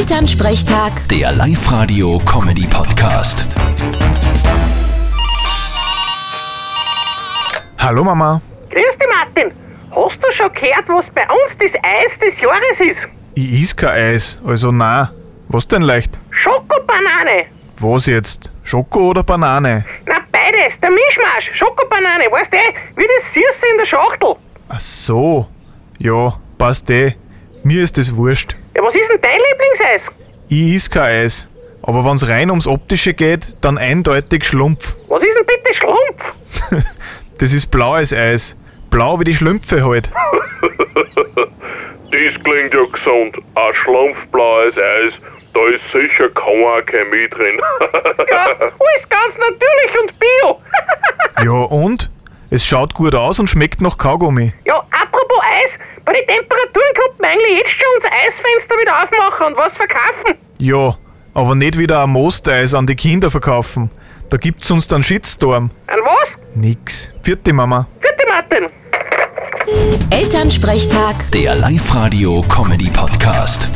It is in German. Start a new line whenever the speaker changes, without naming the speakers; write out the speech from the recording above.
Elternsprechtag,
Der Live-Radio-Comedy-Podcast.
Hallo Mama.
Grüß dich, Martin. Hast du schon gehört, was bei uns das Eis des Jahres ist?
Ich is kein Eis, also na. Was denn leicht?
Schokobanane.
Was jetzt? Schoko oder Banane?
Na, beides. Der Mischmasch. Schokobanane. Weißt du, wie das Süße in der Schachtel.
Ach so. Ja, passt eh. Mir ist es wurscht.
Ja, was ist denn dein Lieblingseis?
Ich is kein Eis. Aber wenn's rein ums Optische geht, dann eindeutig Schlumpf.
Was ist denn bitte Schlumpf?
Das ist blaues Eis. Blau wie die Schlümpfe halt.
Das klingt ja gesund. Ein schlampfblaues Eis, da ist sicher keine Chemie drin.
Ja, alles ganz natürlich und bio.
Ja und? Es schaut gut aus und schmeckt nach Kaugummi.
ja, apropos Eis. Bei den Temperaturen könnten wir eigentlich jetzt schon unser Eisfenster wieder aufmachen und was verkaufen.
Ja, aber nicht wieder ein Moosteis an die Kinder verkaufen. Da gibt's uns dann Shitstorm.
An was?
Nix. Vierte Mama.
Bitte, Martin.
Elternsprechtag.
Der Live-Radio-Comedy-Podcast.